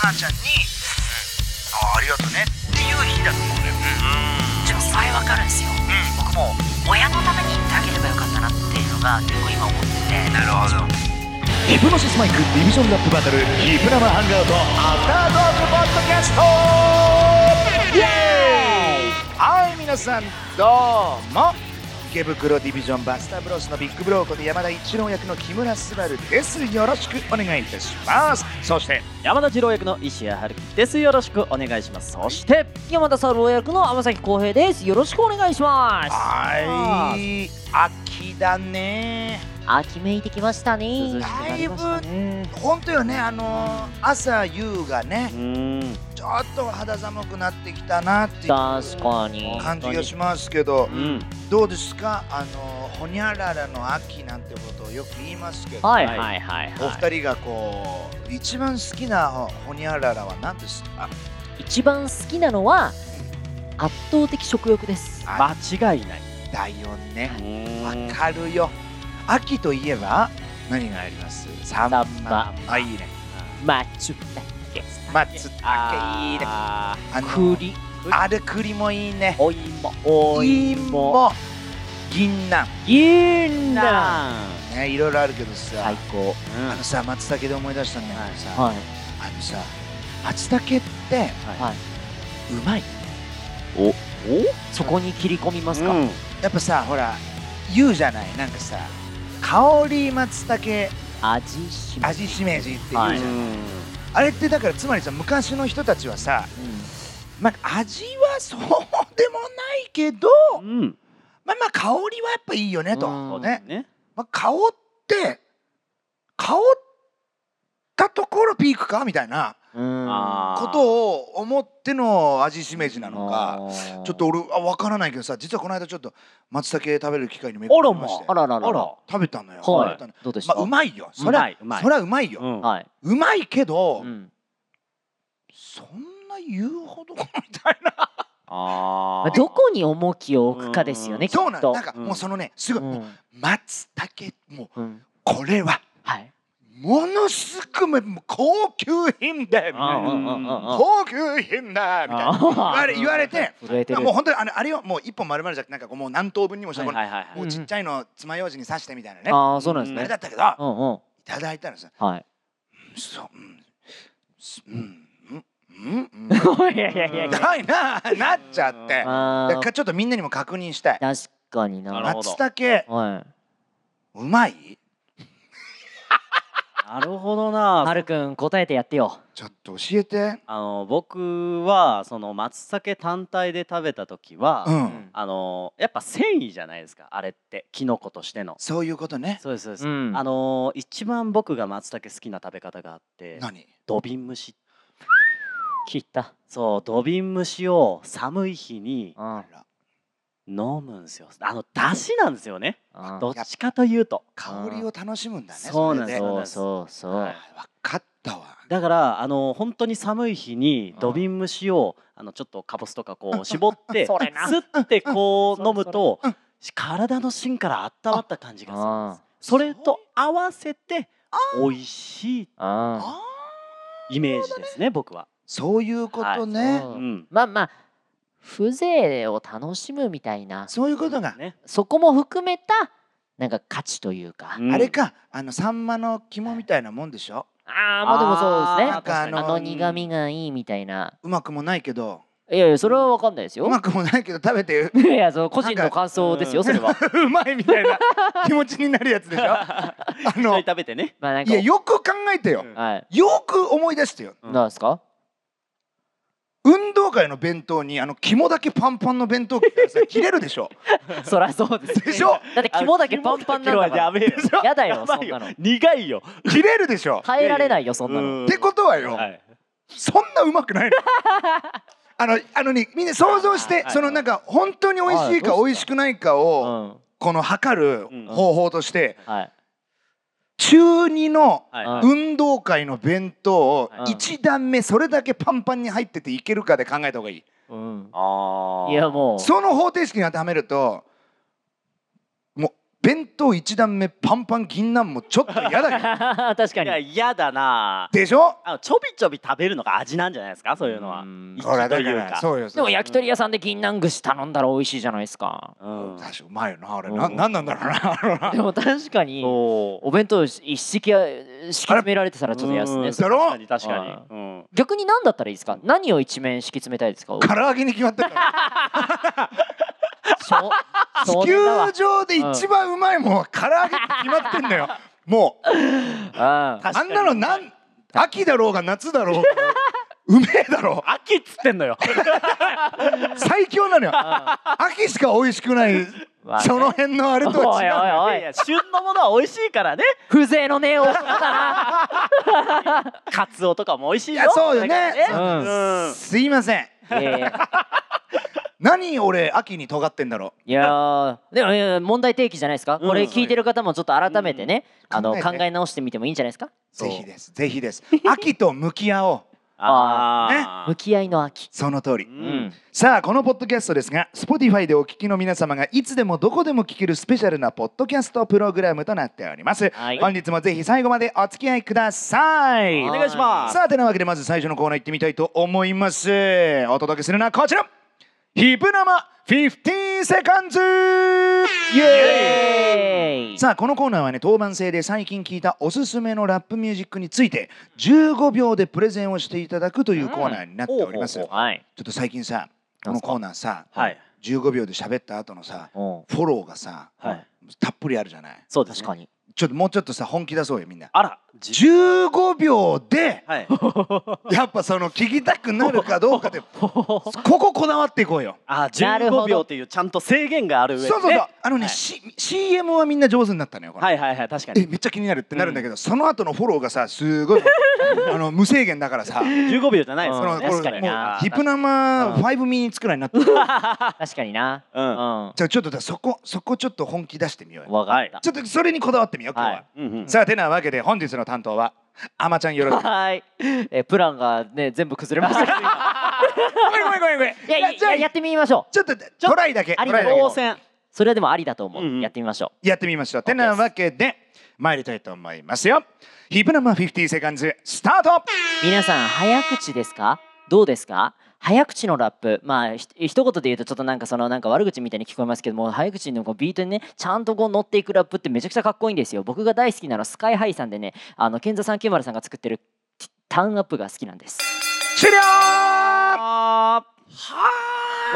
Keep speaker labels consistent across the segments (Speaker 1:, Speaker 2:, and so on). Speaker 1: 母ちゃんに「ああありがとね」っていう日だと思うのよ、
Speaker 2: でもそれわかるんですよ
Speaker 1: うん僕も
Speaker 2: 親のために言ってあげればよかったなっていうのが結構今思ってて
Speaker 1: なるほど
Speaker 3: ヒプノシスマイクディビジョンラップバトルヒプラマハンガウトアフタートークポッドキャストイエーイはい皆さんどうも池袋ディビジョンバスタブロスのビッグブローコで山田一郎役の木村昴ですよろしくお願いいたしますそして
Speaker 4: 山田次郎役の石谷春樹ですよろしくお願いしますそして
Speaker 2: 山田さん郎役の天崎浩平ですよろしくお願いします
Speaker 3: はい秋だね
Speaker 2: 秋めいてきましたね
Speaker 4: 涼しくなりましたね
Speaker 3: 本当よねあの朝夕がね
Speaker 4: うーん
Speaker 3: ちょっと肌寒くなってきたなっていう
Speaker 2: 確かに
Speaker 3: 感じがしますけど
Speaker 4: うん
Speaker 3: どうですかあのほにゃららの秋なんてことをよく言いますけど、
Speaker 2: はいはいはい
Speaker 3: お
Speaker 2: は
Speaker 3: 二人がこう一番好きなほほにゃららは何ですか
Speaker 2: い一番好きなのは圧倒的食欲です
Speaker 3: あ
Speaker 4: 間違いない
Speaker 3: だよね
Speaker 4: うーん
Speaker 3: わかるよ秋といえば何がありますサンマ
Speaker 2: サンマ
Speaker 3: あいいね
Speaker 2: マッチュタケ
Speaker 3: 松茸いいね
Speaker 4: あ
Speaker 3: あの
Speaker 2: 栗
Speaker 3: あれ栗もいいね
Speaker 4: ーお芋
Speaker 3: お
Speaker 4: 芋
Speaker 3: 芋銀杏
Speaker 4: 銀杏
Speaker 3: ねいろいろあるけどさ、
Speaker 2: 最高
Speaker 3: あのさ松茸で思い出したんだけどさ、
Speaker 2: はい
Speaker 3: あのさ松茸って
Speaker 2: はいう
Speaker 3: まい
Speaker 2: そこに切り込みますか、
Speaker 4: うん
Speaker 3: やっぱさほら言うじゃないなんかさ香り松茸
Speaker 2: 味しめ
Speaker 3: 味しめじって言うじゃん、
Speaker 2: はい
Speaker 3: あれってだからつまりさ昔の人たちはさ、まあ、味はそうでもないけど、
Speaker 4: うん
Speaker 3: まあまあ香りはやっぱいいよねと、
Speaker 2: うん
Speaker 3: ね、
Speaker 4: ね
Speaker 3: まあ、香って香ったところピークかみたいな
Speaker 2: うん
Speaker 4: あー
Speaker 3: ことを思っての味しめじなのか
Speaker 2: あー
Speaker 3: ちょっと俺あ分からないけどさ実はこの間ちょっと松茸食べる機会に恵
Speaker 4: あら
Speaker 3: まれ
Speaker 4: ま
Speaker 3: まして
Speaker 2: あららら
Speaker 4: あら
Speaker 3: 食べたのよ、
Speaker 2: はい
Speaker 3: 食べたの
Speaker 2: どうでし
Speaker 3: ま
Speaker 2: た、
Speaker 3: あうまいよそうり
Speaker 4: ま
Speaker 3: ゃ
Speaker 4: いうまい
Speaker 3: そりゃうまいよ、
Speaker 4: うん
Speaker 2: はいう
Speaker 3: まいけど、
Speaker 4: うん
Speaker 3: そんな言うほどみたいな
Speaker 4: あ
Speaker 2: まあ
Speaker 4: ー
Speaker 2: どこに重きを置くかですよ
Speaker 4: う
Speaker 2: ね、
Speaker 4: ん
Speaker 2: きっと
Speaker 3: そうなんなんか
Speaker 4: うん
Speaker 3: もうそのねすごい、
Speaker 2: う
Speaker 3: もうん松茸もう
Speaker 2: うん
Speaker 3: これは
Speaker 2: はい
Speaker 3: ものすごくもう高級品だみたい
Speaker 4: うん
Speaker 3: な
Speaker 4: うんうんうんうん
Speaker 3: 高級品だみたいな言われ言われて
Speaker 2: 震えてる
Speaker 3: もう本当にあのあれをもう一本丸々じゃなくてなんかこうもう何等分にもした、
Speaker 4: はいはいはい
Speaker 3: こ
Speaker 4: は
Speaker 3: の
Speaker 4: い
Speaker 3: もうちっちゃいの爪楊枝に刺してみたいなね、
Speaker 2: ああそうなんです
Speaker 3: あれ
Speaker 2: ね
Speaker 3: だったけど、い
Speaker 2: うんうん
Speaker 3: ただいたんですよ
Speaker 2: はい
Speaker 3: そううんすうんうんうん
Speaker 2: いやいやいや
Speaker 3: みたいななっちゃって
Speaker 2: あ
Speaker 3: だ
Speaker 2: ー
Speaker 3: からちょっとみんなにも確認したい
Speaker 2: 確かに
Speaker 4: なる
Speaker 2: な
Speaker 4: ほど
Speaker 3: 松茸
Speaker 2: はいう
Speaker 3: まい
Speaker 4: なるほどな
Speaker 2: はるくん答えてやってよ
Speaker 3: ちょっと教えて
Speaker 4: あの僕はその松茸単体で食べた時は、
Speaker 3: うん、
Speaker 2: うん
Speaker 4: あのやっぱ繊維じゃないですかあれってキノコとしての
Speaker 3: そういうことね
Speaker 4: そうですそうです、
Speaker 2: うん
Speaker 4: あの一番僕が松茸好きな食べ方があって
Speaker 3: 何
Speaker 4: 土瓶蒸し
Speaker 2: 聞いた
Speaker 4: そう土瓶蒸しを寒い日に
Speaker 2: うんうん
Speaker 4: 飲むんですよあの出汁なんですよねどっちかというと
Speaker 3: 香りを楽しむんだね
Speaker 4: そうなん
Speaker 3: れ
Speaker 4: です
Speaker 3: で
Speaker 4: よ
Speaker 2: そうそうそう、
Speaker 4: はい
Speaker 3: わかったわ
Speaker 4: だからあの本当に寒い日に
Speaker 2: うん
Speaker 4: 土瓶蒸しをあのちょっとかぼすとかこう絞って
Speaker 2: それな
Speaker 4: すってこ
Speaker 2: う
Speaker 4: うん飲むと
Speaker 3: それ
Speaker 4: 体の芯から温まった感じがするんです
Speaker 2: あ
Speaker 4: それと合わせて美味しい
Speaker 2: あ
Speaker 3: あ
Speaker 4: イメージですね僕は
Speaker 3: そういうこと
Speaker 2: あ、
Speaker 3: ね
Speaker 2: うん
Speaker 4: うん
Speaker 2: まあまあ風情を楽しむみたいな
Speaker 3: そういうことが
Speaker 4: ね
Speaker 2: そこも含めたなんか価値というか、
Speaker 4: うん
Speaker 3: あれかあのサンマの肝みたいなもんでしょ
Speaker 2: ああまあでもそうです
Speaker 3: な
Speaker 2: ね
Speaker 3: んかあの
Speaker 2: あの苦味がいいみたいな
Speaker 3: うまくもないけど
Speaker 2: いやいやそれはわかんないです
Speaker 3: う
Speaker 2: よ
Speaker 3: まくもないけど食べて
Speaker 2: いやその個人の感想ですよそれは
Speaker 3: うまいみたい な気持ちになるやつでしょあ
Speaker 4: 一緒
Speaker 3: の
Speaker 4: に食べて ね
Speaker 2: まあなん
Speaker 3: い
Speaker 2: か
Speaker 3: やよく考えてよ
Speaker 4: うん
Speaker 2: はい
Speaker 3: よく思い出してよ
Speaker 4: うん
Speaker 2: なんですか
Speaker 3: 運動会の弁当にあの肝だけパンパンの弁当来たらさ切れるでしょ
Speaker 2: そりゃそうで すね
Speaker 3: でしょ
Speaker 2: だって肝だけパンパンなんだ
Speaker 4: あ肝
Speaker 2: か
Speaker 4: だけはやべえよ
Speaker 2: らやだ
Speaker 4: や
Speaker 2: よ
Speaker 4: ば
Speaker 2: そ
Speaker 4: い
Speaker 2: んな
Speaker 4: よ
Speaker 2: の
Speaker 4: 苦いよ
Speaker 3: 切れるでしょ
Speaker 2: 変えられないよそんなの
Speaker 4: うん
Speaker 3: ってことはよ、
Speaker 4: はい
Speaker 3: そんなうまくないのあのあのねみんな想像し
Speaker 4: はい
Speaker 3: て
Speaker 4: はい
Speaker 3: そのなんか本当に美味しいか
Speaker 2: はいどう
Speaker 3: 美味しくないか
Speaker 2: う
Speaker 3: を
Speaker 2: ん
Speaker 3: この測る
Speaker 4: うん
Speaker 3: 方法として
Speaker 2: はい
Speaker 3: 中2の
Speaker 4: はい
Speaker 2: うん
Speaker 3: 運動会の弁当を
Speaker 2: はい
Speaker 3: 1段目それだけパンパンに入ってていけるかで考えた方がいい
Speaker 2: うん
Speaker 4: あー
Speaker 2: いやもう
Speaker 3: その方程式に当てはめるともう弁当一段目パンパン銀杏もちょっと嫌だよ
Speaker 5: 確か
Speaker 4: いや
Speaker 5: に。
Speaker 4: 嫌だな
Speaker 3: でしょ
Speaker 4: あのちょびちょび食べるのが味なんじゃないですかそういうのは
Speaker 2: うん
Speaker 4: 一
Speaker 3: ほら
Speaker 4: 度
Speaker 3: だ
Speaker 4: 言
Speaker 3: か
Speaker 4: う
Speaker 3: らそうよ
Speaker 2: で
Speaker 3: そう
Speaker 2: も焼き鳥屋さんで銀杏串頼んだら美味しいじゃないですか。
Speaker 4: うん
Speaker 3: 確かうまいよなあれ
Speaker 2: うん
Speaker 3: ななんなんだろうなあれな
Speaker 2: でも確かに
Speaker 4: そ
Speaker 2: お弁当一式や敷き詰められてたら
Speaker 4: う
Speaker 2: ちょっと安
Speaker 4: う
Speaker 2: ね
Speaker 4: ん。
Speaker 3: だろ
Speaker 4: 確かに確かにうん
Speaker 2: 逆に何だったらいいですか。何を一面敷き詰めたいですか。
Speaker 3: 唐揚げに決まってるから
Speaker 2: しょ
Speaker 3: 地
Speaker 2: 少
Speaker 3: 球
Speaker 2: 年 だわ
Speaker 3: 上で一番うまいもんは唐揚げって決まってんだよもう
Speaker 2: あ
Speaker 4: 確
Speaker 3: あ
Speaker 4: か
Speaker 3: ん
Speaker 4: に
Speaker 3: なのなん秋だろうが夏だろうがうめえだろ
Speaker 4: 秋っつって んのよ
Speaker 3: 最強なのよ秋しか美味しくない
Speaker 2: まあね
Speaker 3: その辺のあれ
Speaker 2: あ
Speaker 3: とは違う
Speaker 2: おいおいお
Speaker 4: い
Speaker 2: い
Speaker 4: や旬のものは美味しいからね
Speaker 2: 風情のねえ男だ
Speaker 4: カツオとかも美味しい
Speaker 3: い
Speaker 4: よ
Speaker 3: やそうよね
Speaker 4: だから
Speaker 2: な
Speaker 4: うん
Speaker 3: すいません
Speaker 2: うんいやいや
Speaker 3: 何俺秋に尖ってんだろ
Speaker 2: いやーでもいや問題提起じゃないですか、
Speaker 4: うん
Speaker 2: これ聞いてる方もちょっと改めてね、
Speaker 3: うん
Speaker 2: あの
Speaker 3: 考え
Speaker 2: 考
Speaker 3: て
Speaker 2: え直してみてもいいんじゃないですか
Speaker 3: うぜひですぜひです 秋と向き合おう
Speaker 4: あ
Speaker 2: 向き合いの秋
Speaker 3: その通り
Speaker 4: ーう
Speaker 2: うんん
Speaker 3: さあこのポッドキャストですが Spotify でお聞きの皆様がいつでもどこでも聞けるスペシャルなポッドキャストプログラムとなっております、
Speaker 2: はい
Speaker 3: 本日もぜひ最後までお付き合いください
Speaker 4: お願いします
Speaker 3: さあてなわけでまず最初のコーナー行ってみたいと思いますお届けするのはこちらヒプナマ15セカンズイエーイ
Speaker 2: えい
Speaker 3: さあこのコーナーはね当番制で最近聞いたおすすめのラップミュージックについて15秒でプレゼンをしていただくというコーナーになっております、
Speaker 4: うんほうほうほう
Speaker 2: はい
Speaker 3: ちょっと最近さこ
Speaker 2: なん
Speaker 3: の
Speaker 2: すか
Speaker 3: コーナーさ、
Speaker 4: はい
Speaker 3: 15秒で喋った後のさ
Speaker 2: おう
Speaker 3: フォローがさ、
Speaker 4: はい
Speaker 3: たっぷりあるじゃない
Speaker 4: そうです
Speaker 2: 確
Speaker 4: ね
Speaker 2: かに
Speaker 3: ちょっともうちょっとさ本気出そうよみんな
Speaker 4: あらじ
Speaker 3: 15秒で
Speaker 4: はい
Speaker 3: やっぱその聞きたくなるかどう かでこここだわっていこうよ
Speaker 4: あ
Speaker 2: なるほ
Speaker 4: 15
Speaker 2: ど
Speaker 4: 秒っていうちゃんと制限がある上
Speaker 3: そ
Speaker 4: で
Speaker 3: うそ
Speaker 4: ね
Speaker 3: うそうあのね、
Speaker 4: はい
Speaker 3: C、CM はみんな上手になったのよこれ、
Speaker 4: はいはいはい確か
Speaker 3: え
Speaker 4: に
Speaker 3: めっちゃ気になるってなるんだけど、その後のフォローがさすごい あの無制限だからさ
Speaker 4: 15秒じゃないです
Speaker 3: そ
Speaker 4: も
Speaker 3: の
Speaker 4: ん
Speaker 3: こ
Speaker 4: ね
Speaker 3: れ
Speaker 4: 確かに
Speaker 3: もう
Speaker 4: な
Speaker 3: ヒプナマ
Speaker 2: うん
Speaker 3: 5ミニ作らいになってる
Speaker 2: 確かにな
Speaker 4: う
Speaker 2: うんん
Speaker 3: じゃあちょっとだそこそこちょっと本気出してみようよ
Speaker 2: わかった
Speaker 3: ちょっとそれにこだわってみよう今日は、
Speaker 2: はい
Speaker 4: うんうん
Speaker 3: さあてなわけで本日の担当はあまちゃんよろしく
Speaker 2: はいえプランがね全部崩れましたけど今
Speaker 3: ごめんごめんごめんごめん
Speaker 2: いやいや
Speaker 3: じゃあ
Speaker 2: やってみましょう
Speaker 3: ちょっとトライだけト
Speaker 2: あり
Speaker 3: ラ
Speaker 2: だ
Speaker 3: イ
Speaker 2: け
Speaker 3: だけ
Speaker 4: 当選
Speaker 2: それでもありだと思う、
Speaker 4: うんうん
Speaker 2: やってみましょ
Speaker 3: やってみましょうてなわけで参りたいと思いますよヒプナマ50セカンズスタート
Speaker 2: う皆さん早口ですかどうですか早口のラップまあひ一言で言うとちょっとなんかそのなんか悪口みたいに聞こえますけども早口のこうビートにねちゃんとこう乗っていくラップってめちゃくちゃかっこいいんですよ僕が大好きなのはスカイハイさんでねあの健三さん9丸さんが作ってるターンアップが好きなんです
Speaker 3: 終了
Speaker 4: あー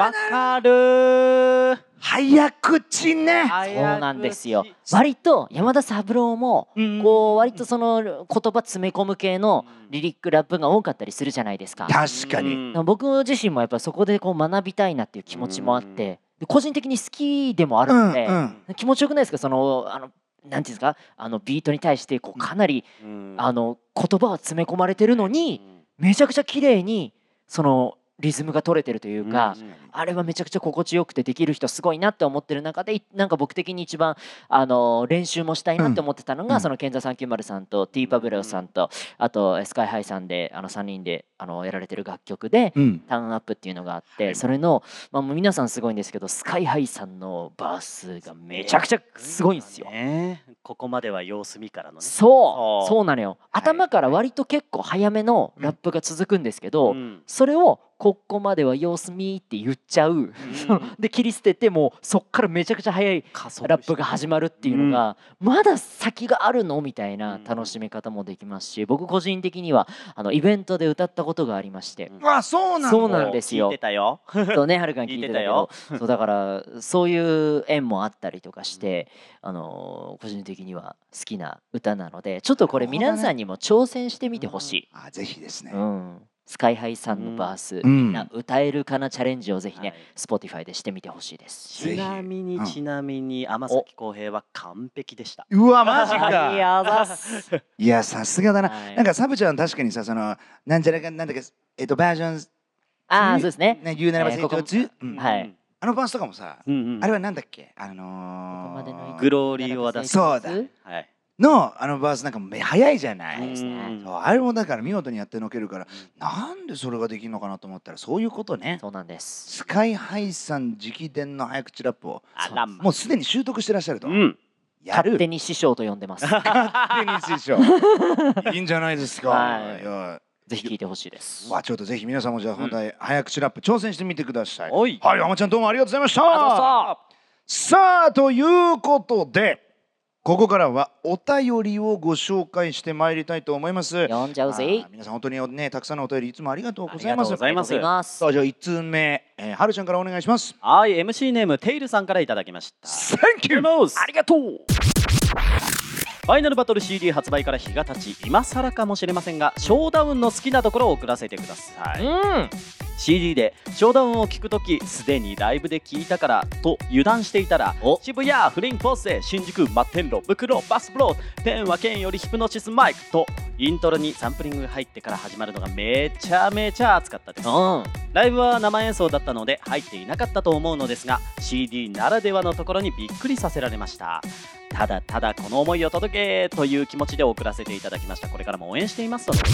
Speaker 4: わかるー
Speaker 3: 早口ね
Speaker 2: そう
Speaker 4: 早口
Speaker 2: なんですよ割と山田三郎も
Speaker 3: うん
Speaker 2: こう割とその言葉詰め込む系のリリックラップが多かったりするじゃないですか
Speaker 3: 確かに
Speaker 4: うん
Speaker 2: 僕自身もやっぱそこでこう学びたいなっていう気持ちもあってで個人的に好きでもあるので、気持ちよくないですかそのあのなんていうんですかあのビートに対してこうかなり、
Speaker 4: うん
Speaker 2: あの言葉が詰め込まれてるのにめちゃくちゃ綺麗にそのリズムが取れてるというか、
Speaker 4: うんうん
Speaker 2: あれはめちゃくちゃ心地よくてできる人すごいなって思ってる中でいなんか僕的に一番あの練習もしたいなって思ってたのが、
Speaker 3: うん
Speaker 2: そのケンザ390さんと T パブレオさんと、あとえスカイハイさんであの3人であのやられてる楽曲で。
Speaker 3: うん
Speaker 2: ターンアップっていうのがあって、
Speaker 4: はい
Speaker 2: それの、まあ、もう皆さんすごいんですけどスカイハイさんのバースがめちゃくちゃすごいんですよ。
Speaker 4: ねここまでは様子見からのね
Speaker 2: そう
Speaker 4: そ
Speaker 2: そうなのよ
Speaker 3: はい
Speaker 2: 頭から割と結構早めのラップが続くんですけど、
Speaker 4: うん
Speaker 2: それを「ここまでは様子見」って言っちゃう、で切り捨ててもうそっからめちゃくちゃ早い
Speaker 4: 加速
Speaker 2: ラップが始まるっていうのが、まだ先があるのみたいな楽しみ方もできますし僕個人的にはあのイベントで歌ったことがありまして。
Speaker 3: あそうなんだ
Speaker 2: そうなんですよ
Speaker 4: 聞いてたよ
Speaker 2: そうね、はるかに
Speaker 4: 聞
Speaker 2: 聞
Speaker 4: い
Speaker 2: い
Speaker 4: て
Speaker 2: て
Speaker 4: た
Speaker 2: た
Speaker 4: よ
Speaker 2: よ。 そうだからそういう縁もあったりとかして、あのー個人的には好きな歌なので、ちょっとこれ
Speaker 3: なるほどね
Speaker 2: 皆さんにも挑戦してみてほしい。
Speaker 3: あぜひですね
Speaker 2: うん。スカイハイさんのバース、
Speaker 3: うん
Speaker 2: みんな歌えるかなチャレンジをぜひね、
Speaker 4: はい
Speaker 2: Spotify でしてみてほしいです。
Speaker 3: ぜ
Speaker 4: ち
Speaker 3: ひ
Speaker 4: なみに
Speaker 3: うん
Speaker 4: ちなみに天崎浩平は完璧でした
Speaker 3: うわマジ
Speaker 2: はい、
Speaker 3: か
Speaker 2: あざっす。
Speaker 3: いやさすがだな
Speaker 2: はい
Speaker 3: なんかサブちゃん確かにさそのなんじゃらかんなんだっけえっとバージョン
Speaker 2: ああ、そうですね。
Speaker 3: ね言うならば
Speaker 2: えー
Speaker 3: 成
Speaker 2: こ
Speaker 3: 長
Speaker 2: こ
Speaker 3: 中うん
Speaker 2: はい
Speaker 3: あのバースとかもさ
Speaker 4: うんうん
Speaker 3: あれはなんだっけあのー
Speaker 2: ここまでの行く
Speaker 4: グローリーを出す
Speaker 3: そうだ
Speaker 4: はい
Speaker 3: のあのバースなんかめ早いじゃな
Speaker 2: 早いで
Speaker 3: い
Speaker 2: すね
Speaker 4: うん
Speaker 3: そうあれもだから見事にやってのけるからなんでそれができるのかなと思ったらそういうことね
Speaker 2: そうなんです。
Speaker 3: スカイハイさん直伝の早口ラップを
Speaker 4: あらま
Speaker 3: もうすでに習得してらっしゃると
Speaker 4: うん
Speaker 3: や
Speaker 2: 勝
Speaker 3: る
Speaker 2: 手に師匠と呼んで ます。
Speaker 3: 勝手に師匠いいんじゃないですか、
Speaker 2: はい
Speaker 3: や
Speaker 2: ぜひ聞いてほしいです。
Speaker 3: わあちょっとぜひ皆さんもじゃあ本題、早口ラップ挑戦してみてください
Speaker 4: おい
Speaker 3: はいあまちゃんどうもありがとうございました
Speaker 2: あ
Speaker 3: さあということでここからはお便りをご紹介してまいりたいと思います
Speaker 2: どうぞ。呼んじゃうぜ。あり
Speaker 3: あー皆さん本当にねたくさんのお便りいつもありがとうござい
Speaker 4: がと
Speaker 3: ま
Speaker 4: う
Speaker 3: す
Speaker 4: ござい
Speaker 2: がとう
Speaker 4: ま
Speaker 2: ご
Speaker 4: す
Speaker 2: ざいます
Speaker 3: さ。あじゃあ1通目、えー、はるちゃんからお願いします
Speaker 4: はい MC ネームテイルさんからいただきました
Speaker 3: Thank you
Speaker 4: ありがとうファイナルバトル CD 発売から日が経ち今更かもしれませんがショーダウンの好きなところを送らせてください、CD でショーダウンを聞くときすでにライブで聞いたからと油断していたら渋谷フリンポッセ新宿マッテンロ袋バスブロー天は剣よりヒプノシスマイクとイントロにサンプリング入ってから始まるのがめちゃめちゃ熱かったですライブは生演奏だったので入っていなかったと思うのですが CD ならではのところにびっくりさせられましたただただこの思いを届けという気持ちで送らせていただきましたこれからも応援していますとのこと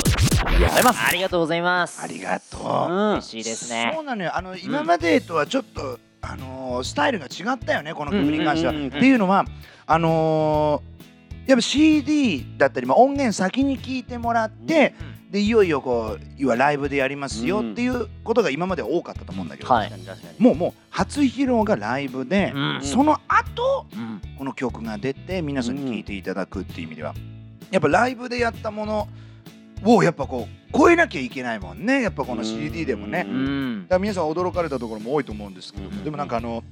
Speaker 4: ですありがとうございます
Speaker 2: ありがとうござ
Speaker 3: ありがと
Speaker 2: います。
Speaker 3: う
Speaker 4: うん
Speaker 2: 嬉しいですね
Speaker 3: そ。うなのよあの今までとはちょっと、あのースタイルが違ったよねこの曲に関しては。
Speaker 4: うんうんうんうん
Speaker 3: っていうのはあのーやっぱ CD だったり、まあ、音源先に聞いてもらって、でいよいよこう要はライブでやりますよっていうことが今までは多かったと思うんだけど、
Speaker 2: はい。
Speaker 3: もうもう初披露がライブで、
Speaker 2: うん
Speaker 3: その後
Speaker 2: うん
Speaker 3: この曲が出て皆さんに聴いていただくっていう意味ではやっぱライブでやったものをやっぱこう超えなきゃいけないもんねやっぱこの CD でもね。
Speaker 4: うん
Speaker 2: うん
Speaker 3: だから皆さん驚かれたところも多いと思うんですけど、
Speaker 4: うん
Speaker 3: でもなんかあの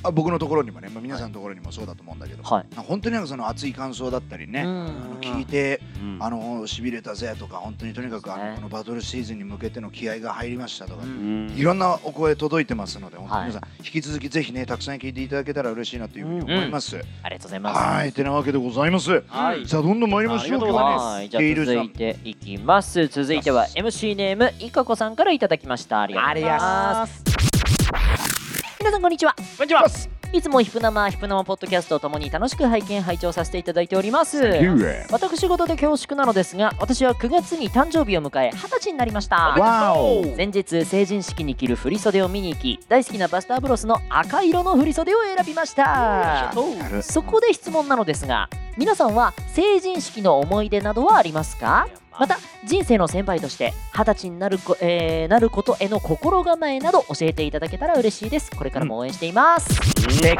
Speaker 3: あ僕のところにもね、まあ、皆さんのところにもそうだと思うんだけど、
Speaker 2: はい
Speaker 3: なんか本当になんかその熱い感想だったり
Speaker 2: う
Speaker 3: ね、あの
Speaker 2: ん
Speaker 3: 聞いて、
Speaker 4: うん
Speaker 3: あのしびれたぜとか本当にとにかくあの
Speaker 2: ね
Speaker 3: このバトルシーズンに向けての気合が入りましたとか、
Speaker 2: うん
Speaker 4: うん
Speaker 3: いろんなお声届いてますので本当に
Speaker 2: はい
Speaker 3: 皆さん、引き続きぜひねたくさん聞いていただけたら嬉しいなというふうに思います。
Speaker 2: ありがとうございます。
Speaker 3: はいてなわけでございます。
Speaker 4: はい
Speaker 3: さあどんどん参りましょう
Speaker 4: ありがとうございます
Speaker 3: 今日
Speaker 2: はい、じゃあ
Speaker 3: テイルさん
Speaker 2: 続いていきます。続いては MC ネームいかこさんからいただきました。ありがとうございます。皆さんこんにちは。
Speaker 4: こんにちはい
Speaker 2: つもヒプナマヒプナマポッドキャストをともに楽しく拝見拝聴させていただいております。私事で恐縮なのですが、私は9月に誕生日を迎え20歳になりました。
Speaker 3: わお
Speaker 2: 前日成人式に着る振袖を見に行き大好きなバスターブロスの赤色の振袖を選びました
Speaker 3: やる
Speaker 2: そこで質問なのですが皆さんは成人式の思い出などはありますかまた人生の先輩として二十歳になるこ、えーなることへの心構えなど教えていただけたら嬉しいですこれからも応援しています、
Speaker 4: 素敵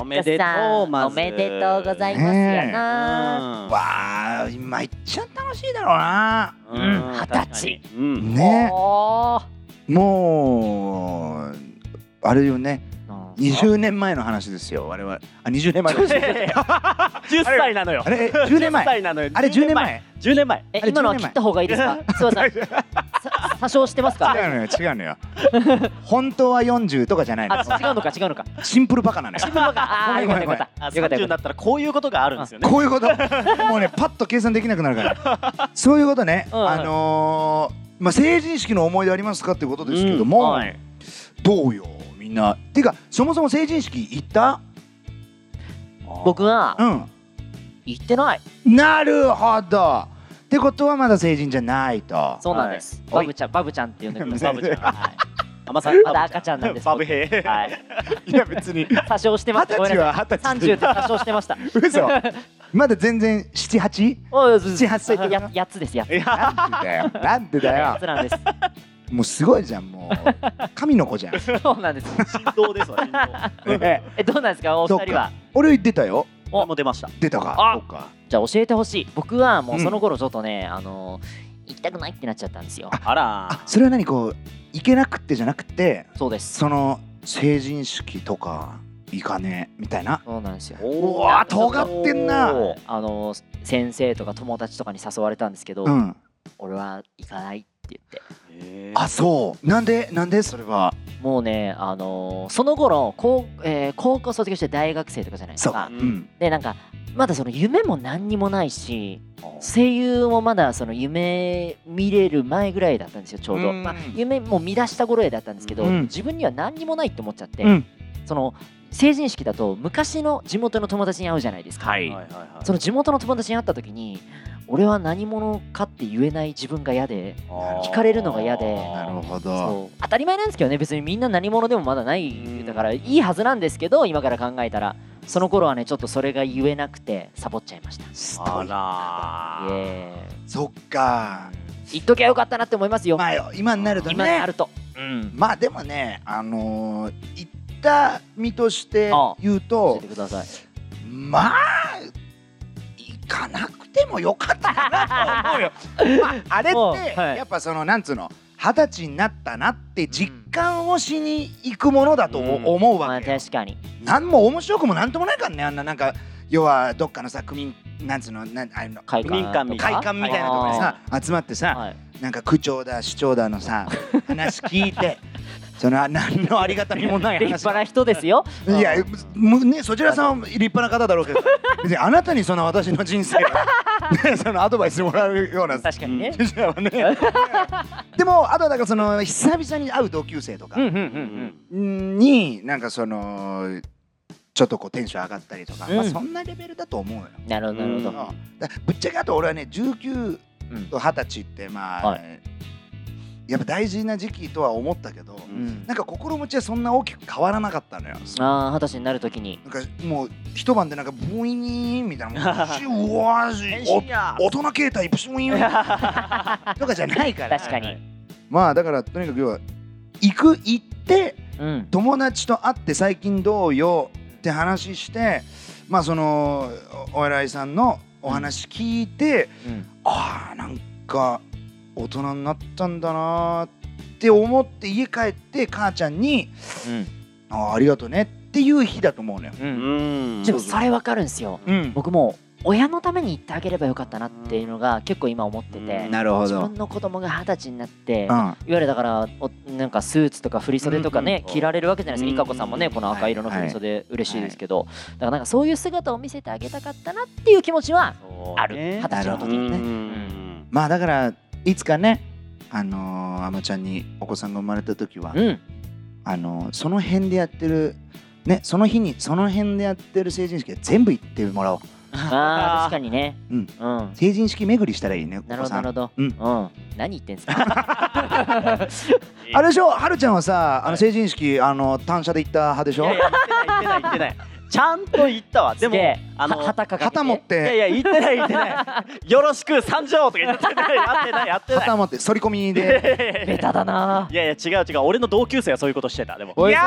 Speaker 4: おめでと
Speaker 2: ガ
Speaker 4: う
Speaker 2: ッカさ
Speaker 4: んまず
Speaker 2: おめでとうございますやな
Speaker 4: わ
Speaker 3: わあ今いっちゃ楽しいだろうな。
Speaker 2: うん二十歳
Speaker 4: うん
Speaker 3: ね
Speaker 2: おー
Speaker 3: もうあれよね
Speaker 2: なんすか
Speaker 3: 20年前の話ですよ我々あ20年前の話
Speaker 4: 10歳なのよ
Speaker 3: あれえ10年前
Speaker 4: 歳なのよ
Speaker 3: あれ10年前
Speaker 4: 10年前
Speaker 2: え
Speaker 3: あれ
Speaker 2: 今のは
Speaker 3: 10年
Speaker 2: 切
Speaker 3: 前
Speaker 2: った方がいいで すかすいませんさ多少してますか
Speaker 3: 違うのよ違うのよ本当は40とかじゃないの
Speaker 2: あ違うのか違うのか
Speaker 3: シンプルバカなのよ
Speaker 2: ああーよかったよかった
Speaker 4: あ
Speaker 2: よかった
Speaker 4: 30
Speaker 2: よ
Speaker 4: に
Speaker 2: か
Speaker 4: な
Speaker 2: っ
Speaker 4: ったらこういうことがあるんですよね
Speaker 3: こういうこともうねパッと計算できなくなるから そういうことね
Speaker 2: うん
Speaker 3: あのーまあ成人式の思い出ありますかってことですけども
Speaker 4: はい
Speaker 3: どうよみんなてかそもそも成人式行った
Speaker 2: た僕は
Speaker 3: うん
Speaker 2: 行ってない
Speaker 3: なるほどってことはまだ成人じゃないと
Speaker 2: そうなんです
Speaker 3: は
Speaker 2: バ
Speaker 3: い
Speaker 2: ブちゃんバブちゃんって呼んでください
Speaker 4: バブちゃんはい甘さ
Speaker 2: まだ赤ちゃんなんで す
Speaker 4: バブヘイ
Speaker 2: はい
Speaker 3: いや別に
Speaker 2: 多少してま
Speaker 3: 二
Speaker 2: し
Speaker 3: 十
Speaker 2: たごめん
Speaker 3: 歳
Speaker 2: なさい
Speaker 3: は二十歳
Speaker 2: 30って多少してました
Speaker 3: 嘘まだ全然7、8?
Speaker 2: おい
Speaker 3: 7 8歳って
Speaker 2: や8つですやっ
Speaker 4: いや
Speaker 3: なんでだよ
Speaker 2: つなんです
Speaker 3: もうすごいじゃんもう神の子じゃん
Speaker 2: そうなんです
Speaker 4: 振動ですわ振動
Speaker 3: ね
Speaker 2: えどうなんですかお
Speaker 3: そ
Speaker 2: 二
Speaker 3: っ
Speaker 2: 人は
Speaker 3: か俺出たよ
Speaker 4: これも出ました
Speaker 3: 出たか
Speaker 2: あ
Speaker 3: そっか
Speaker 2: じゃあ教えてほしい僕はも
Speaker 3: う
Speaker 2: うんその頃ちょっとねあのー行きたくないってなっちゃったんですよ
Speaker 4: あら
Speaker 3: あそれは何こう行けなくってじゃなくて
Speaker 2: そうです
Speaker 3: その成人式とか行かねえみたいな
Speaker 2: そうなんですよ
Speaker 3: うわ尖ってんな
Speaker 4: おー
Speaker 2: あのー先生とか友達とかに誘われたんですけど、
Speaker 3: うん
Speaker 2: 俺は行かないって言っ
Speaker 4: へー
Speaker 3: あそうなんでなんでそれは
Speaker 2: てもうねあのーその頃高,、えー高校卒業して大学生とかじゃないです
Speaker 3: そう
Speaker 2: か
Speaker 3: かうん
Speaker 2: でなんかまだその夢も何にもないし声優もまだその夢見れる前ぐらいだったんですよちょうど、
Speaker 3: うん
Speaker 2: まあ、夢も見出した頃へだったんですけど、
Speaker 3: うん
Speaker 2: 自分には何にもないって思っちゃって、
Speaker 3: うん
Speaker 2: その成人式だと昔の地元の友達に会うじゃないですか、
Speaker 3: はい
Speaker 4: はいはいはい
Speaker 2: その地元の友達に会った時に俺は何者かって言えない自分が嫌で
Speaker 4: あー
Speaker 2: 聞かれるのが嫌で
Speaker 3: なるほど
Speaker 2: そう当たり前なんですけどね別にみんな何者でもまだないだからいいはずなんですけど今から考えたらその頃はねちょっとそれが言えなくてサボっちゃいました
Speaker 3: ストイック
Speaker 4: あ
Speaker 2: い
Speaker 4: ら
Speaker 2: え
Speaker 3: そっか
Speaker 2: 言っときゃよかったなって思いますよ、
Speaker 3: まあ今になると
Speaker 2: 今に
Speaker 3: ね
Speaker 2: なると、うん
Speaker 3: まあでもねあのー言った身として言うと
Speaker 2: 教えてください
Speaker 3: まあ行かなくてもよかったかなと思う よ。まあ、あれ
Speaker 2: おう
Speaker 3: って
Speaker 2: はい
Speaker 3: やっぱそのなんつうの二十歳になったなって実感をしに行くものだと
Speaker 4: うん
Speaker 3: 思う
Speaker 2: ま
Speaker 3: わ
Speaker 2: あ
Speaker 3: けよ。
Speaker 2: 確かに
Speaker 3: なんも面白くもなんともないからねあんななんか要はどっかのさ区民なんつうのなんあの
Speaker 2: 会
Speaker 4: 民間みた
Speaker 3: 会
Speaker 4: いな
Speaker 3: 館みたいなところにさ集まってさ、
Speaker 2: はい
Speaker 3: なんか区長だ市長だのさ話聞い てその何のありがたみもない
Speaker 2: 立
Speaker 3: 話
Speaker 2: 派な人ですよ
Speaker 3: いや、むね、そちらさんは立派な方だろ うけど、別にあなたにその私の人生を、ね、そのアドバイスもらうような。
Speaker 2: 確かにね、
Speaker 3: 人生はね、でもあとはなんかその久々に会う同級生とか
Speaker 2: うんうんうん
Speaker 4: うん
Speaker 3: になんかそのちょっとこうテンション上がったりとか、
Speaker 2: うん
Speaker 3: まあ、そんなレベルだと思うよ、
Speaker 2: うんなるほどなるほ
Speaker 3: う
Speaker 2: ど、
Speaker 3: んだからぶっちゃけあと俺はね19と20歳ってまあ、
Speaker 2: は
Speaker 3: やっぱ大事な時期とは思ったけど、
Speaker 2: うん
Speaker 3: なんか心持ちはそんな大きく変わらなかったのよ。
Speaker 2: ああ二十歳になるときに
Speaker 3: なんかもう一晩でなんかブイーンみ たいなもうシュうわーし
Speaker 4: や
Speaker 3: お大人携帯ブシュー ンとかじゃないから
Speaker 2: 確かに、
Speaker 3: まあだからとにかく要は行く行って
Speaker 2: うん
Speaker 3: 友達と会って最近どうよって話してまあそのおお偉いさんのお話聞いて、
Speaker 2: うん
Speaker 3: ああなんか大人になったんだなーって思って家帰って母ちゃんに「ああありがとうね」っていう日だと思うのよ。
Speaker 2: うん、
Speaker 4: うん
Speaker 2: でもそれわかるんですよ
Speaker 3: うん、
Speaker 2: 僕も親のために言ってあげればよかったなっていうのが結構今思ってて、
Speaker 3: るほ
Speaker 2: 自分の子供が二十歳になって、
Speaker 3: うん
Speaker 2: いわゆるだからおなんかスーツとか振り袖とかね、
Speaker 4: うんうん
Speaker 2: 着られるわけじゃないですか、
Speaker 4: うん
Speaker 2: いかこさんもねこの赤色の振り袖嬉しいですけど、だからなんかそういう姿を見せてあげたかったなっていう気持ちはある二十歳の時にね。
Speaker 4: ね
Speaker 3: まあだからいつかねあのーあまちゃんにお子さんが生まれた時は、
Speaker 2: うん、
Speaker 3: あのーその辺でやってるねその日にその辺でやってる成人式は全部行ってもらおう
Speaker 2: あー確かにね、
Speaker 3: うん
Speaker 2: うん、
Speaker 3: 成人式巡りしたらいいねお
Speaker 2: なる
Speaker 3: 子
Speaker 2: ほど
Speaker 3: さ
Speaker 2: なんるほど、
Speaker 3: うん
Speaker 2: 何言ってんすか
Speaker 3: あれでしょはるちゃんはさあ
Speaker 4: は
Speaker 3: の
Speaker 4: い
Speaker 3: 成人式、あの単車で行った派でし
Speaker 4: い
Speaker 3: ょ
Speaker 4: やいや言ってない言ってない言ってないちゃんと言ったわです
Speaker 2: げ
Speaker 4: も
Speaker 2: え
Speaker 4: あの
Speaker 2: は旗掲げて
Speaker 3: 旗持っ
Speaker 4: いや
Speaker 3: て
Speaker 4: いや言ってない言ってないよろしく参上とか言ってないやってないやってない
Speaker 3: 旗持って反り込 みで
Speaker 2: ベタだない
Speaker 4: やいや違う違う俺の同級生はそういうことしてたでも
Speaker 3: おい
Speaker 2: な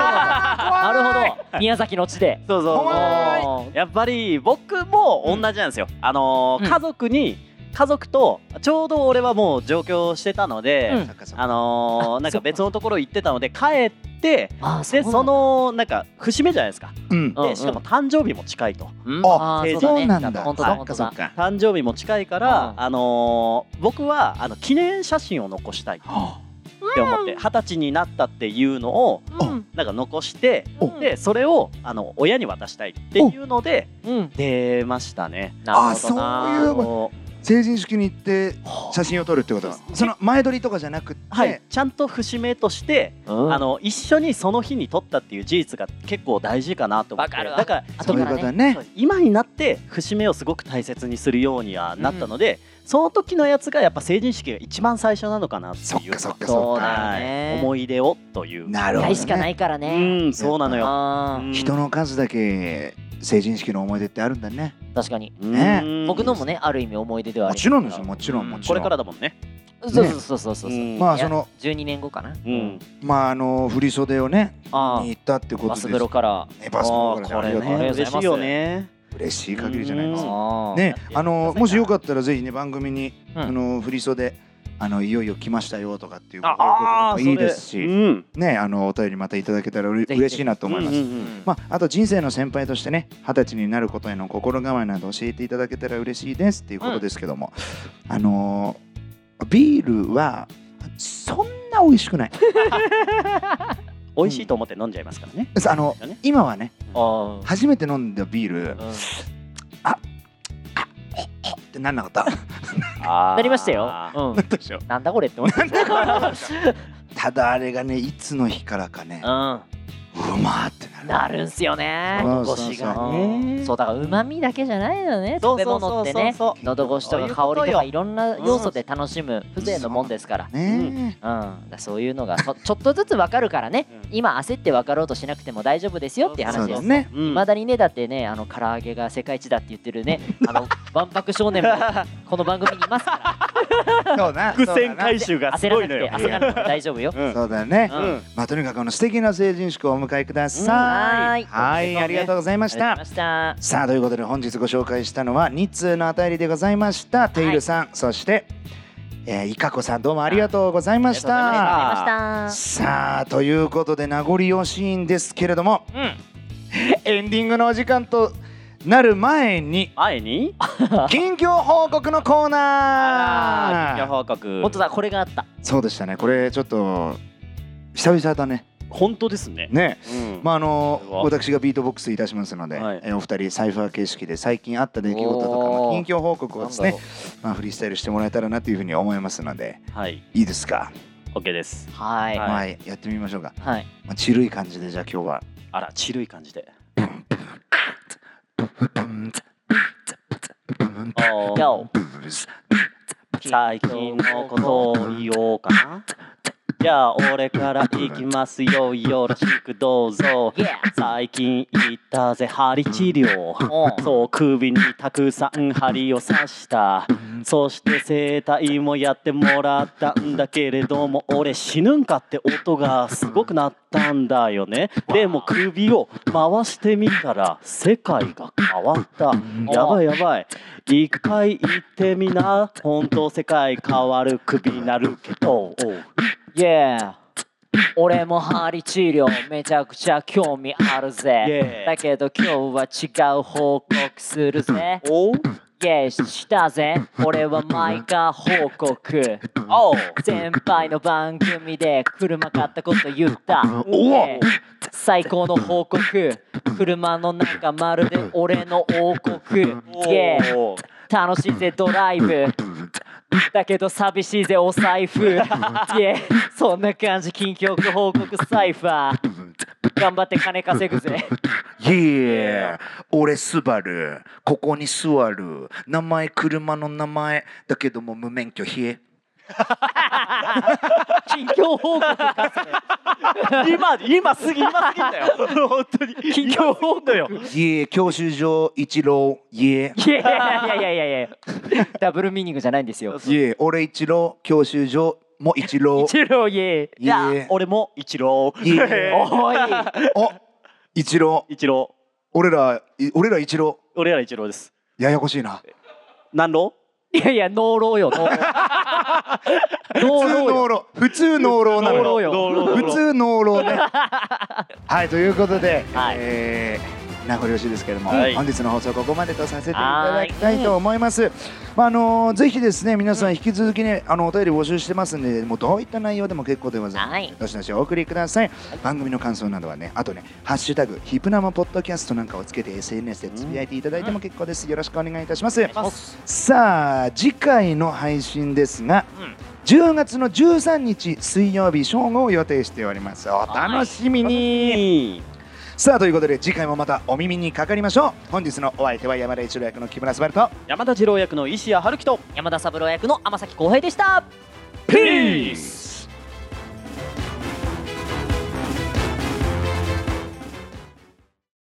Speaker 2: るほど宮崎の地で
Speaker 4: そうそう
Speaker 3: 怖い
Speaker 2: おー
Speaker 4: やっぱり僕も同じなんですよ、あのー
Speaker 2: うん
Speaker 4: 家族に家族とちょうど俺はもう上京してたので、
Speaker 2: うん
Speaker 3: そっかそっか
Speaker 4: あのーなんか別のところ行ってたので帰って
Speaker 2: あーそ
Speaker 4: で
Speaker 2: うなんだ
Speaker 4: そのなんか節目じゃないですか
Speaker 3: うん
Speaker 2: うんう
Speaker 4: で
Speaker 2: ん
Speaker 4: しかも誕生日も近いと
Speaker 2: うん
Speaker 3: あ
Speaker 2: あー
Speaker 3: そうなんだ
Speaker 2: 本当
Speaker 3: そ
Speaker 2: だ
Speaker 3: っ
Speaker 2: 本
Speaker 3: か
Speaker 2: 当
Speaker 3: そ
Speaker 2: だ
Speaker 3: っか
Speaker 4: 誕生日も近いから、
Speaker 2: うん
Speaker 4: あのー僕はあの記念写真を残したいっ
Speaker 3: は
Speaker 4: て思って二十歳になったっていうのを
Speaker 5: うん
Speaker 4: なんか残して
Speaker 3: お
Speaker 4: でそれをあの親に渡したいっていうので
Speaker 2: うん
Speaker 4: 出ましたね。
Speaker 2: なるほど
Speaker 3: あ
Speaker 2: な
Speaker 3: そういう
Speaker 4: こう
Speaker 3: あ成人式に行って写真を撮るってこと
Speaker 4: そうそう
Speaker 3: その前撮りとかじゃなくて、
Speaker 4: はい、ちゃんと節目として、
Speaker 2: うん
Speaker 4: あの一緒にその日に撮ったっていう事実が結構大事かなと思って
Speaker 2: わかるわ
Speaker 4: だから
Speaker 3: そういうことね
Speaker 4: そう今になって節目をすごく大切にするようにはなったので、その時のやつがやっぱ成人式が一番最初なのかなっていう
Speaker 3: そっかそっかそ
Speaker 2: そ
Speaker 3: っ
Speaker 2: うだ
Speaker 3: か
Speaker 2: よ
Speaker 4: はい
Speaker 2: ね
Speaker 4: 思い出をという
Speaker 3: なるほど、
Speaker 2: 大
Speaker 3: ね、
Speaker 2: しかないから
Speaker 4: う
Speaker 2: ね
Speaker 4: んそうなのよ、
Speaker 2: あ
Speaker 4: うん
Speaker 2: ー
Speaker 3: 人の数だけ成人式の思い出ってあるんだね。
Speaker 2: 確かに
Speaker 3: ね
Speaker 4: うん
Speaker 2: 僕のもねある意味思い出ではあ
Speaker 3: も
Speaker 2: る
Speaker 3: ちろんですよ、もちろん、もち
Speaker 4: こ
Speaker 3: ろ
Speaker 4: れ
Speaker 3: ん。
Speaker 4: からだもんね
Speaker 2: そうそうそうそうそう
Speaker 4: うん
Speaker 3: まあ、
Speaker 2: いや
Speaker 3: その、
Speaker 2: 12年後かな
Speaker 4: うん
Speaker 3: まあ、あの、振り袖をね、
Speaker 2: あ
Speaker 3: に行ったってこ
Speaker 2: あ
Speaker 3: と
Speaker 2: バ
Speaker 3: です。
Speaker 2: スブロから
Speaker 3: ねバスブロからね
Speaker 4: あーこ
Speaker 3: あり
Speaker 4: れ
Speaker 3: がとう
Speaker 4: ね
Speaker 2: ね
Speaker 4: 嬉しい
Speaker 3: 嬉し
Speaker 4: よね
Speaker 3: い限りじゃないです
Speaker 4: うん
Speaker 3: か。
Speaker 2: あー
Speaker 3: ね、あの、もしよかったら、ぜひね、番組に、
Speaker 2: うん
Speaker 3: あの、振り袖。あの、いよいよ来ましたよとかっていう。
Speaker 4: ああ
Speaker 3: いいですし、
Speaker 4: ん
Speaker 3: ね、あの、お便りまたいただけたら、うれ
Speaker 2: ぜひ
Speaker 3: 嬉しいなと思います。
Speaker 4: うんうんうん
Speaker 3: まあ、あと人生の先輩としてね二十歳になることへの心構えなど教えていただけたら嬉しいですっていうことですけども、あのービールはそんな美味しくない
Speaker 4: 美味しいと思って飲んじゃいますからね
Speaker 3: あの
Speaker 4: だね
Speaker 3: 今はね
Speaker 2: あ
Speaker 3: 初めて飲んだビール
Speaker 2: ー
Speaker 3: ってなんなかった
Speaker 4: あー
Speaker 2: なりましたよ うん
Speaker 3: でしょ
Speaker 2: なんだこれって思って
Speaker 3: ただあれがねいつの日からかね
Speaker 2: うん
Speaker 3: うまーってなる
Speaker 2: なるんすよね
Speaker 3: そうそうそう
Speaker 2: 腰が
Speaker 4: ね
Speaker 2: ねそうだからうまみだけじゃないのね
Speaker 4: そう
Speaker 2: 食
Speaker 4: そ
Speaker 2: べ
Speaker 4: うそうそう
Speaker 2: 物ってね喉越しと
Speaker 4: そういう
Speaker 2: か
Speaker 4: こと
Speaker 2: 香りと
Speaker 4: よ
Speaker 2: かいろんな要素で楽しむ風情のもんですから
Speaker 3: ね
Speaker 2: うん、だからそういうのがそちょっとずつ分かるからね、
Speaker 4: うん
Speaker 2: 今焦って分かろうとしなくても大丈夫ですよっていう
Speaker 3: え
Speaker 2: 話
Speaker 3: そう
Speaker 2: で
Speaker 3: ですす。ね
Speaker 4: うん
Speaker 2: まだにねだってねあの唐揚げが世界一だって言ってるねあの万博少年もこの番組にいますか
Speaker 3: そうだ
Speaker 4: 伏線回収
Speaker 2: ら
Speaker 4: がす
Speaker 2: 焦
Speaker 4: ご
Speaker 2: ら
Speaker 4: の
Speaker 2: ないくて
Speaker 4: よ。
Speaker 2: 焦らなくて大丈夫よ。
Speaker 4: うん
Speaker 3: そうだね
Speaker 2: うん
Speaker 4: うん
Speaker 3: まあとにかくこの素敵な成人式をお迎えください
Speaker 2: うん
Speaker 3: は
Speaker 2: はいい
Speaker 3: ありがとうございました
Speaker 2: ありがとうございました。
Speaker 3: さあということで本日ご紹介したのは2通のあたりでございました、テイルさんそして、えー、いかこさんどうもありがとうございまし
Speaker 4: あ
Speaker 3: た
Speaker 2: ありがとうございまし
Speaker 3: さあということで名残惜しいんですけれども、エンディングのお時間となる前に
Speaker 4: 前に
Speaker 3: 近況報告のコー
Speaker 4: あ
Speaker 3: ナー
Speaker 4: ら近況報告
Speaker 2: た。本当だこれがあった。
Speaker 3: そうでしたねこれちょっと久々だね
Speaker 4: 本当ですね。
Speaker 3: ね
Speaker 4: うん
Speaker 3: まああの
Speaker 4: これは
Speaker 3: 私がビートボックスいたしますので、
Speaker 4: はい
Speaker 3: えーお二人サイファー形式で最近あった出来事とかの
Speaker 2: お
Speaker 3: 近
Speaker 2: ー
Speaker 3: 況報告をです
Speaker 2: な
Speaker 3: ね
Speaker 2: んだろ
Speaker 3: まあフリースタイルしてもらえたらなというふうに思いますので
Speaker 4: はい。
Speaker 3: いいですか
Speaker 4: OK です。
Speaker 2: うはい
Speaker 4: は
Speaker 3: はいい、やってみましょうか、
Speaker 2: はい。
Speaker 3: まあ、ちるい感じでじゃあ今日は
Speaker 4: あら、ちるい感じで。 あ
Speaker 2: じゃ
Speaker 4: ー
Speaker 2: あ
Speaker 4: 最近のことを言おうかな。じゃあ、俺から行きますよ。よろしくどうぞ。
Speaker 2: Yeah
Speaker 4: 最近行ったぜ、針治療。
Speaker 2: うん
Speaker 4: そう首にたくさん針を刺したそして整体もやってもらったんだけれども俺死ぬんかって音がすごくなったんだよねでも首を回してみたら世界が変わったやばいやばい一回行ってみな本当世界変わる首になるけど
Speaker 2: Yeah 俺も針治療めちゃくちゃ興味ある
Speaker 4: Yeah
Speaker 2: ぜだけど今日は違う報告するぜ
Speaker 4: おう
Speaker 2: イェイしたぜ俺は毎回報告
Speaker 4: おう
Speaker 2: 先輩の番組で車買ったこと言った
Speaker 3: おお
Speaker 2: ねえ最高の報告車の中まるで俺の王国イェイ
Speaker 4: おう
Speaker 2: 楽しいぜドライブだけど寂しいぜお財布いえそんな感じ近況報告サイファー頑張って金稼ぐぜ
Speaker 3: イエー俺スバルここに座る名前車の名前だけども無免許ひえ
Speaker 2: 近況報告か
Speaker 4: 今今すぎ今すぎんだよ本当に
Speaker 2: 近況報告よ
Speaker 3: イエー教習所一郎イエ
Speaker 2: いやいやいやいやいやダブルミーニングじゃないんですよ
Speaker 3: ーイエー俺一郎教習所も一郎
Speaker 2: チロイエ
Speaker 3: イエー
Speaker 4: 俺も一郎
Speaker 3: いいね
Speaker 2: おい
Speaker 3: お一郎
Speaker 4: 一郎
Speaker 3: 俺らい俺ら一郎
Speaker 4: 俺ら一郎です
Speaker 3: ややこしいな
Speaker 4: 何郎
Speaker 2: いやいやノーロー よノーロー
Speaker 3: 普通
Speaker 2: ノーロー
Speaker 3: 能
Speaker 2: よ
Speaker 3: 郎普通能郎なのよ普通能郎
Speaker 4: 能浪
Speaker 2: よ
Speaker 3: ねはいということで、
Speaker 2: はい
Speaker 3: えー名残惜しいですけれども、
Speaker 4: はい
Speaker 3: 本日の放送はここまでとさせていただきたいと思います、まああのーぜひですね皆さん引き続きね、あのお便り募集してますんでもうどういった内容でも結構でございます、
Speaker 2: はい
Speaker 3: どしどしお送りください、番組の感想などはねあとね「ハッシュタグヒプナマポッドキャスト」なんかをつけて SNS でつぶやいていただいても結構です、よろしくお願いいたします、さあ次回の配信ですが、10月の13日水曜日正午を予定しておりますお楽しみに、さあということで次回もまたお耳にかかりましょう本日のお相手は山田一郎役の木村昴と
Speaker 4: 山田次郎役の石谷春樹と
Speaker 2: 山田三郎役の天崎浩平でした
Speaker 4: ピース